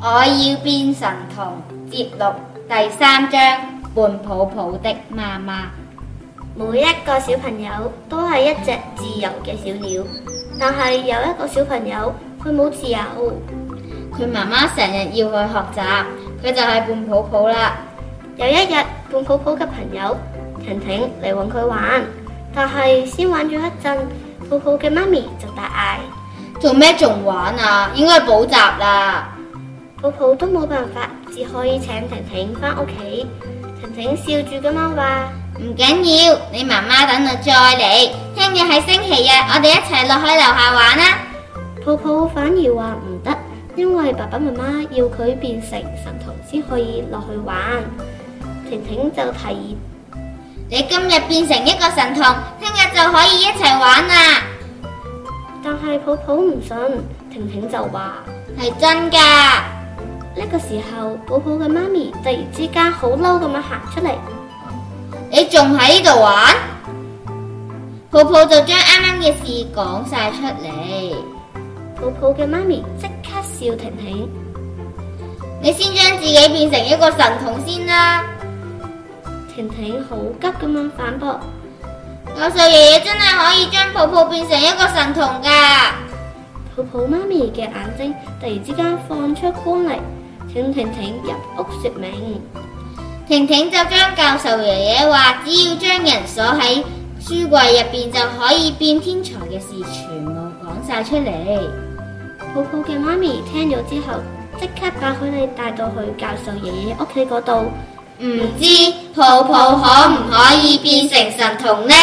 我要變神童節錄第三章胖泡泡的媽媽。每一個小朋友都係一隻自由嘅小鳥，但係有一個小朋友佢冇自由。佢媽媽成日要佢學習，佢就係胖泡泡啦。有一日，胖泡泡嘅朋友婷婷嚟揾佢玩，但係先玩咗一陣，泡泡嘅媽咪就大嗌，做咩仲玩啊？應該補習啦。泡泡都冇辦法，只可以請婷婷返屋企。婷婷笑住咁樣話。唔緊要，你媽媽等我再嚟。聽日係星期日，我哋一齊落去樓下玩啊啦。泡泡反而話唔得，因為爸爸媽媽要佢變成神童先可以落去玩。婷婷就提議，你今日變成一個神童，聽日就可以一齊玩啊啦。但係泡泡唔信。婷婷就話：係真㗎。呢個時候，泡泡嘅媽咪突然之間好嬲咁樣行出嚟，你仲喺呢度玩？泡泡就將啱啱嘅事講晒出嚟，泡泡嘅媽咪即刻笑婷婷。你先將自己變成一個神童先啦。婷婷好急咁樣反駁，教授爺爺真係可以將泡泡變成一個神童噶。泡泡媽咪嘅眼睛突然之間放出光嚟，請婷婷入屋説明。婷婷就將教授爺爺話只要將人鎖喺書櫃入邊就可以變天才嘅事全部講晒出嚟。泡泡嘅媽咪聽咗之後，即刻把佢哋帶到去教授爺爺屋企嗰度。唔知泡泡可唔可以變成神童呢？